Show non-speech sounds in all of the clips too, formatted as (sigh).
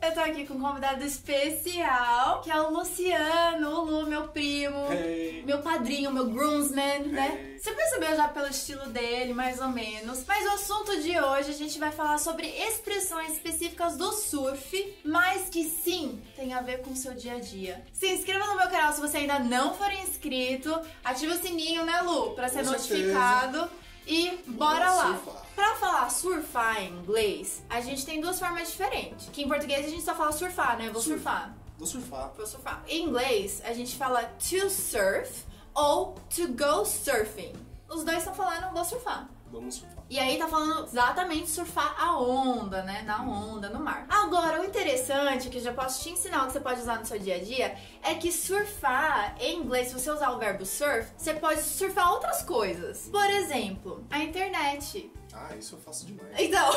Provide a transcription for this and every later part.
eu tô aqui com um convidado especial, que é o Luciano, o Lu, meu primo, Ei. meu padrinho, meu groomsman, né? Ei. Você percebeu já pelo estilo dele, mais ou menos. Mas o assunto de hoje a gente vai falar sobre expressões específicas do surf, mas que sim tem a ver com o seu dia a dia. Se inscreva no meu canal se você ainda não for inscrito, ative o sininho, né, Lu, pra ser Com certeza. notificado. E bora Bora lá! surfar. Pra falar surfar em inglês, a gente tem duas formas diferentes. Que em português a gente só fala surfar, né? Vou Surf. surfar. Vou surfar. Vou surfar. Em inglês, a gente fala to surf ou to go surfing. Os dois estão falando vou surfar. Vamos surfar. E aí tá falando exatamente surfar a onda, né? Na onda, no mar. Agora, o interessante, que eu já posso te ensinar o que você pode usar no seu dia a dia, é que surfar, em inglês, se você usar o verbo surf, você pode surfar outras coisas. Por exemplo, a internet. Ah, isso eu faço demais. Então,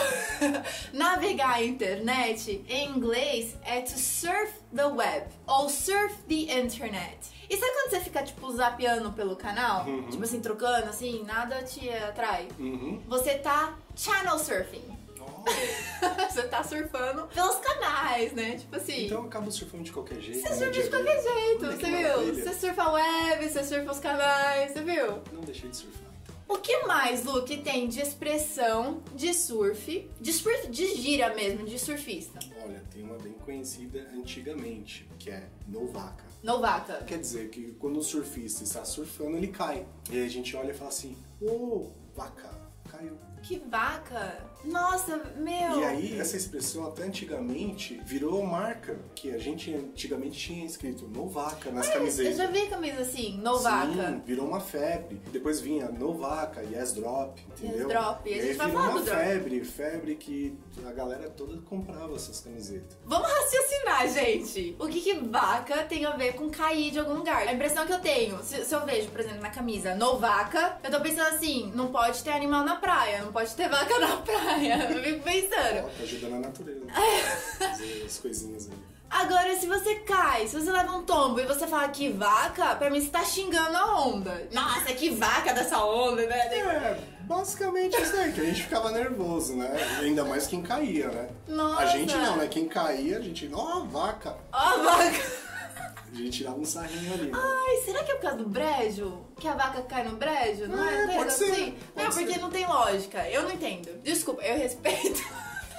(laughs) navegar a internet em inglês é to surf the web ou surf the internet. E sabe quando você fica, tipo, zapeando pelo canal? Uhum. Tipo assim, trocando, assim, nada te atrai? Uhum. Você tá channel surfing. (laughs) Oh, você tá surfando pelos canais, né? Tipo assim. então eu acabo surfando de qualquer jeito. você no surfa dia de a dia. qualquer jeito, Olha que você viu? maravilha. Você surfa a web, você surfa os canais, você viu? Não deixei de surfar, então. O que mais, Lu, que tem de expressão de surf, de, surf, de gira mesmo, de surfista? Olha, tem uma bem conhecida antigamente, que é novaca. Novata. Quer dizer que quando o surfista está surfando, ele cai. E aí a gente olha e fala assim, ô, vaca, caiu. Que vaca! Nossa, meu! E aí, essa expressão até antigamente virou marca, que a gente antigamente tinha escrito novaca nas Eu camisetas. já vi camisa assim, novaca. Sim, virou uma febre. Depois vinha Novaca, Yes Drop, Yes entendeu? Drop, e a aí gente vai virou falar uma do Drop. febre, febre que a galera toda comprava essas camisetas. Vamos raciocinar, gente. O que que vaca tem a ver com cair de algum lugar? A impressão que eu tenho, se, se eu vejo, por exemplo, na camisa novaca, eu tô pensando assim, não pode ter animal na praia, não pode ter vaca (laughs) na praia. Eu fico Ó, pensando. tá ajudando (laughs) a natureza. Fazer as coisinhas ali. Agora, se você cai, se você leva um tombo e você fala que vaca, pra mim você tá xingando a onda. Nossa, que vaca dessa onda, (laughs) né? É, basicamente isso aí, que a gente ficava nervoso, né? Ainda mais quem caía, né? Nossa. A gente não, né? Quem caía, a gente, ó, vaca. Ó, vaca. A gente dava um sarrinho ali. Né? Ai, será que é por causa do brejo? Que a vaca cai no brejo? Não é? É, Não é pode ser, assim? pode não, porque ser. não tem lógica. Eu não entendo. Desculpa, eu respeito. (laughs)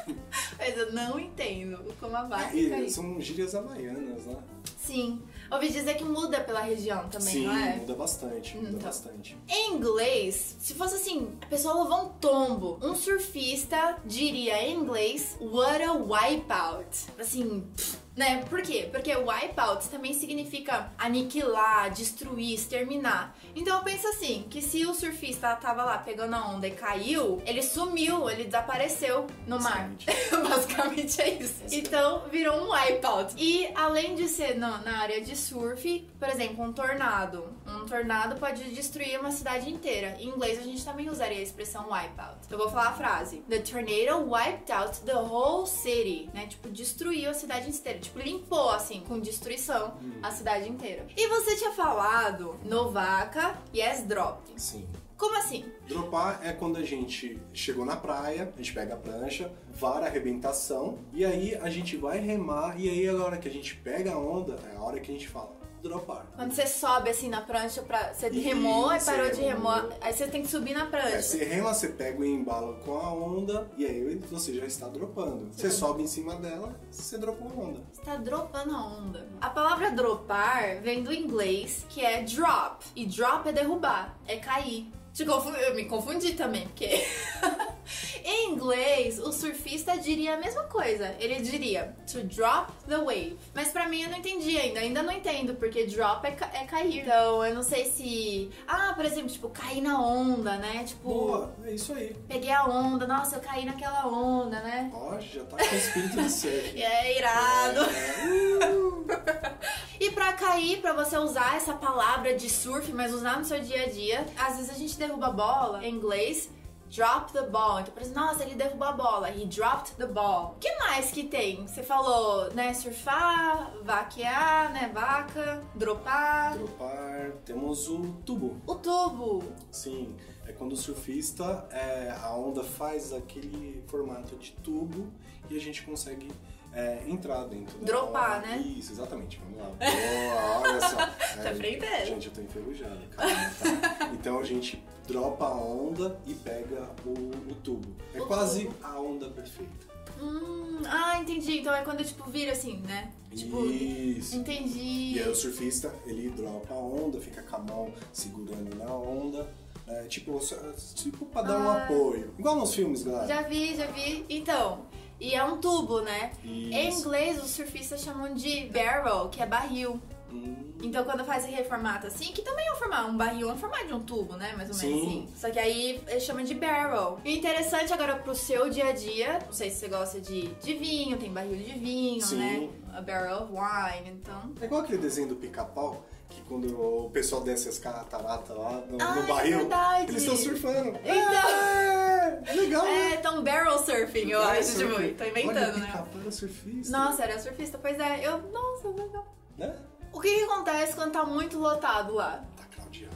Mas eu não entendo como a vaca cai. Ah, E são gírias havaianas, né? Sim. Ouvi dizer que muda pela região também, Sim, não é? muda bastante, muda Então. bastante. Em inglês, se fosse assim, a pessoa levou um tombo, um surfista diria em inglês, what a wipeout. Assim, pff, né? Por quê? Porque wipeout também significa aniquilar, destruir, exterminar. Então eu penso assim, que se o surfista tava lá pegando a onda e caiu, ele sumiu, ele desapareceu no mar. Basicamente. (laughs) Basicamente é isso. Então virou um wipeout. E além de ser na, na área de surf, por exemplo, um tornado. Um tornado pode destruir uma cidade inteira. Em inglês a gente também usaria a expressão wipeout. Eu vou falar a frase: The tornado wiped out the whole city. Né? Tipo, destruiu a cidade inteira. Tipo, limpou assim, com destruição, a cidade inteira. E você tinha falado Novaca Yes Drop. Sim. Como assim? Dropar é quando a gente chegou na praia, a gente pega a prancha, vara a arrebentação, e aí a gente vai remar, e aí a hora que a gente pega a onda, é a hora que a gente fala dropar. Quando você sobe assim na prancha, pra, você remou e Isso, parou é, de remar, remou. aí você tem que subir na É, prancha. você rema, você pega o embalo com a onda, e aí você já está dropando. Você sobe em cima dela, você dropou a onda. Você tá dropando a onda. A palavra dropar vem do inglês, que é drop. E drop é derrubar, é cair. Te confu- Eu me confundi também, porque. (laughs) em inglês, o surfista diria a mesma coisa. Ele diria to drop the wave. Mas pra mim eu não entendi ainda. Ainda não entendo, porque drop é, ca- é cair. Então eu não sei se. Ah, por exemplo, tipo, cair na onda, né? Tipo. Boa, é isso aí. Peguei a onda, nossa, eu caí naquela onda, né? Ó, já tá com o espírito (laughs) de surf. E é irado. É, E pra cair, pra você usar essa palavra de surf, mas usar no seu dia a dia, às vezes a gente derruba a bola em inglês. Drop the ball. Então, por exemplo, nossa, ele derrubou a bola. He dropped the ball. O que mais que tem? Você falou, né, surfar, vaquear, né, vaca, dropar. É, dropar, temos o tubo. O tubo. Sim, é quando o surfista, é, a onda faz aquele formato de tubo e a gente consegue é, é, entrar dentro. da Dropar, bola. né? Tá Isso, exatamente. Vamos lá. Boa, olha (laughs) só. É, aprendendo. Gente, eu tô enferrujado, calma, tá? Então a gente dropa a onda e pega o, o tubo. É O quase tubo. a onda perfeita. Hum, ah, entendi. Então é quando tipo vira assim, né? Tipo, Isso. entendi. E é aí o surfista, ele dropa a onda, fica com a mão segurando na onda. né? tipo, só- tipo pra dar um Ah. apoio. Igual nos filmes, galera. Já vi, já vi. Então, e é um tubo, né? Em Isso. inglês, os surfistas chamam de barrel, que é barril. Hum. Então, quando faz reformato assim, que também é um formato, um barril é um formato de um tubo, né? Mais ou menos Sim. assim. Só que aí eles chamam de barrel. E interessante agora pro seu dia a dia, não sei se você gosta de, de vinho, tem barril de vinho, Sim. né? A barrel of wine, então. É igual aquele desenho do pica-pau, que quando o pessoal desce as cataratas lá no, Ah, no é barril, verdade. eles estão surfando. Então. É, legal, né? É, então barrel surfing, eu Olha, acho, surfi- tipo, tô inventando, Olha, né? pica-pau era surfista. Nossa, era surfista, pois é. Eu, nossa, legal. Né? O que que acontece quando tá muito lotado lá? Tá claudiado.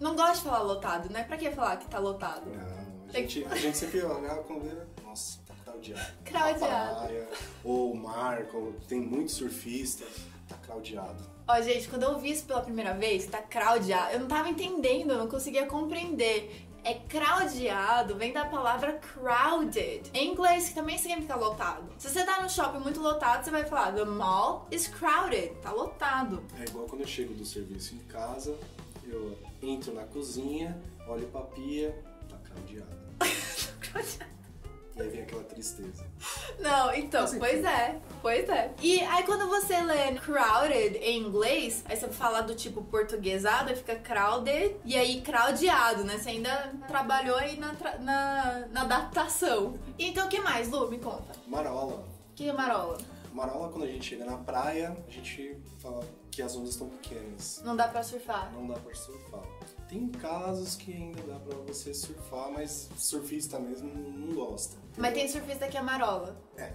Não gosto de falar lotado, né? Pra que falar que tá lotado? Não, a Tem gente, a gente sempre olhava quando vê, nossa, tá (laughs) claudiado. Claudiado. A praia, Ou o mar, como tem muito surfista, tá claudiado. Ó, gente, quando eu vi isso pela primeira vez, tá craudeado, eu não tava entendendo, eu não conseguia compreender. É craudeado, vem da palavra crowded. Em inglês, que também significa lotado. Se você tá num shopping muito lotado, você vai falar The mall is crowded, tá lotado. É igual quando eu chego do serviço em casa, eu entro na cozinha, olho pra pia, tá claudiado. (laughs) Tá e aí vem aquela tristeza. Não, então, Faz pois sentido. é, pois é. E aí quando você lê crowded em inglês, aí você fala do tipo portuguesado, aí fica crowded, e aí crowdeado, né? Você ainda trabalhou aí na, tra- na, na adaptação. Então o que mais, Lu? Me conta. Marola. Que é marola? Marola, quando a gente chega na praia, a gente fala que as ondas estão pequenas. Não dá pra surfar. Não dá pra surfar. Tem casos que ainda dá pra você surfar, mas surfista mesmo não gosta. Mas tem surfista que é marola. (laughs) É.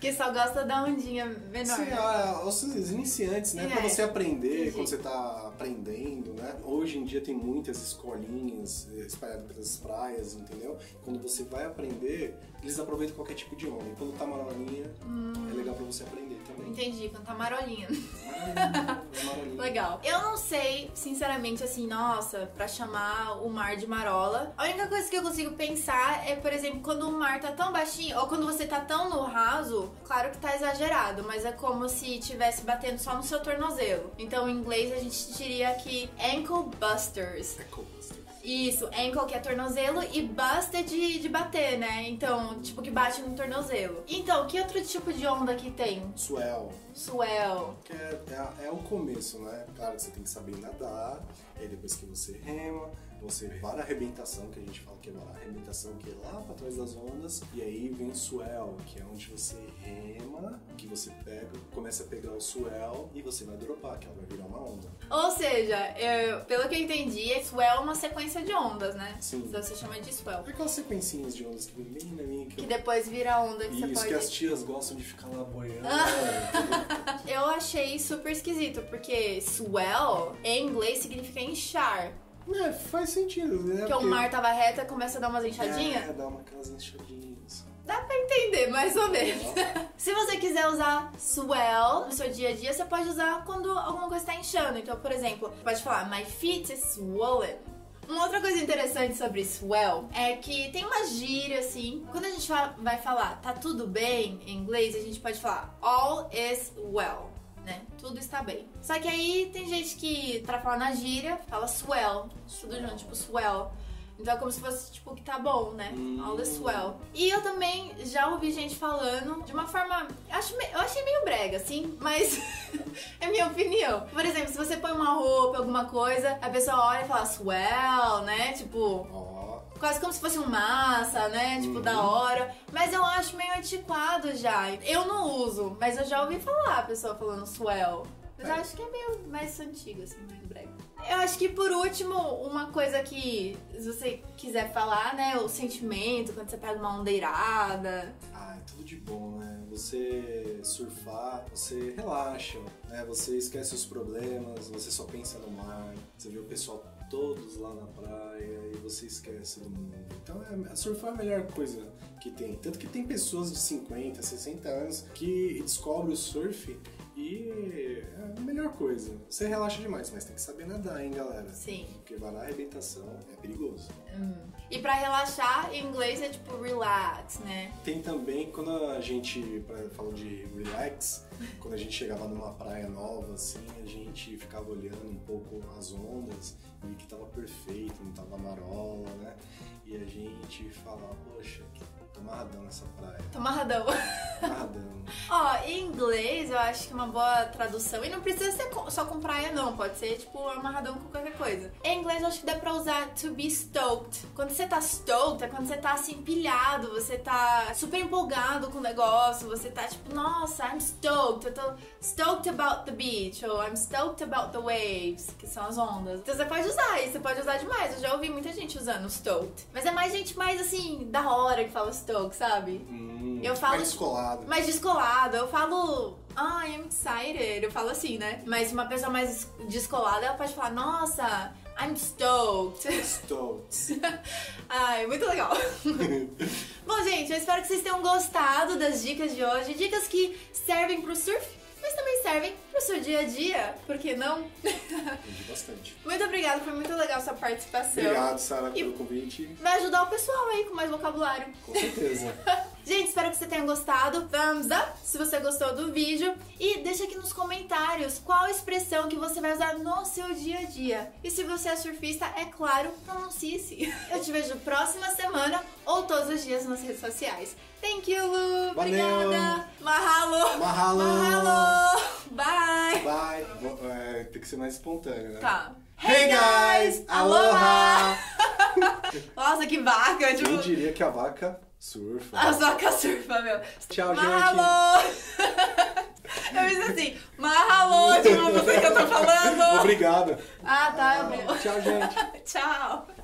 que só gosta da ondinha menor. Sim, ah, os iniciantes, né? Sim, Pra é. você aprender, Entendi. quando você tá aprendendo, né? Hoje em dia tem muitas escolinhas eh, espalhadas pelas praias, entendeu? Quando você vai aprender, eles aproveitam qualquer tipo de onda. E quando tá marolinha, Hum. é legal pra você aprender (laughs) também. Entendi, quando tá marolinha. Ah, é marolinha. Legal. Eu não sei, sinceramente, assim, nossa, pra chamar o mar de marola. A única coisa que eu consigo pensar é, por exemplo, quando o mar tá tão baixinho, ou quando você tá tão no raso, claro que tá exagerado, mas é como se tivesse batendo só no seu tornozelo. Então, em inglês, a gente diria que ankle busters. É coaster. Isso, ankle que é tornozelo e buster de, de bater, né? Então, tipo, que bate no tornozelo. Então, que outro tipo de onda que tem? Swell. Swell. Que é, é a- é o começo, né? Claro que você tem que saber nadar, aí depois que você rema, você vara a arrebentação, que a gente fala que é varar a arrebentação, que é lá pra trás das ondas, e aí vem o swell, que é onde você rema, que você pega, começa a pegar o swell e você vai dropar, que ela vai virar uma onda. Ou seja, eu- pelo que eu entendi, é swell é uma sequência de ondas, né? Sim. Então você chama de swell. Aquelas sequencinhas de ondas que vem bem na minha que Que eu... depois vira onda que Isso, você pode. que é Ah. as tias gostam de ficar lá boiando. Eu achei super esquisito, porque swell em inglês significa inchar. é, faz sentido, né? Porque o é um mar tava reto e começa a dar umas É, inchadinhas. dá uma aquelas enxadinhas. Entender, mais ou menos. Se você quiser usar swell no seu dia a dia, você pode usar quando alguma coisa tá inchando. Então, por exemplo, pode falar my feet is swollen. Uma outra coisa interessante sobre swell é que tem uma gíria assim. Quando a gente fa- vai falar tá tudo bem em inglês, a gente pode falar all is well. Né? Tudo está bem. Só que aí tem gente que, pra falar na gíria, fala swell. Tudo junto, tipo swell. Então é como se fosse tipo que tá bom, né? Hum. All is well. E eu também já ouvi gente falando de uma forma. Acho, me- eu achei meio brega, assim, mas (laughs) é minha opinião. Por exemplo, se você põe uma roupa, alguma coisa, a pessoa olha e fala swell, né? Tipo. Ó, Quase como se fosse um massa, né? Tipo, Uhum. da hora. Mas eu acho meio antiquado já. Eu não uso, mas eu já ouvi falar a pessoa falando swell. Mas eu É. acho que é meio mais antigo, assim, mais breve. Eu acho que por último, uma coisa que, se você quiser falar, né? O sentimento, quando você pega uma ondeirada. Ah, é tudo de bom, né? Você surfar, você relaxa, né? Você esquece os problemas, você só pensa no mar, você vê o pessoal todos lá na praia e você esquece do mundo. Então, é, surfar é a melhor coisa que que tem. Tanto que tem pessoas de 50, 60 anos que descobrem o surf e é a melhor coisa. Você relaxa demais, mas tem que saber nadar, hein, galera? Sim. Porque varar arrebentação é perigoso. assim. E pra relaxar, em inglês é tipo relax, né? Tem também, quando a gente pra- fala de relax, quando a gente chegava numa praia nova, assim, a gente ficava olhando um pouco as ondas e que tava perfeito, não tava marola, né? E a gente falava, poxa, tô amarradão nessa praia, Tô amarradão. (laughs) amarradão. Ó, em inglês eu acho que é uma boa tradução, e não precisa ser co- só com praia não, pode ser tipo amarradão com qualquer coisa. Em inglês eu acho que dá pra usar to be stoked. Quando você tá stoked é quando você tá assim pilhado, você tá super empolgado com o negócio, você tá tipo, nossa, I'm stoked, eu tô stoked about the beach, ou I'm stoked about the waves, que são as ondas. Então você pode usar, e você pode usar demais, eu já ouvi muita gente usando stoked. Mas é mais gente mais assim, da hora que fala stoked, sabe? Hum, Eu falo- mais descolado. mais descolado. Eu falo, ah, I'm excited. Eu falo assim, né? Mas uma pessoa mais descolada, ela pode falar, nossa, I'm stoked. Estou. Ai, muito legal. Bom, gente, eu espero que vocês tenham gostado das dicas de hoje. Dicas que servem pro surf, mas também servem pro seu dia a dia. Por que não? Entendi bastante. Muito obrigada, foi muito legal sua participação. Obrigado, Sara, E- pelo convite. Vai ajudar o pessoal aí com mais vocabulário. Com (laughs) certeza. Gente, espero que você tenha gostado. Thumbs up se você gostou do vídeo. E deixa aqui nos comentários qual expressão que você vai usar no seu dia a dia. E se você é surfista, é claro, pronuncie-se. (laughs) Eu te vejo próxima semana ou todos os dias nas redes sociais. Thank you, Lu. Valeu. Obrigada. Mahalo. Mahalo. Mahalo. Bye. Bye. Vou- é, tem que ser mais espontâneo, né? Tá. Hey guys! Aloha. Aloha! Nossa, que vaca. Quem Tipo, diria que a vaca surfa? a vaca surfa, meu. Tchau, gente! Mahalo. (laughs) Eu fiz assim, Mahalo, tipo, não sei o que eu tô falando. Obrigado! Ah, tá, eu Tchau, gente! (laughs) Tchau.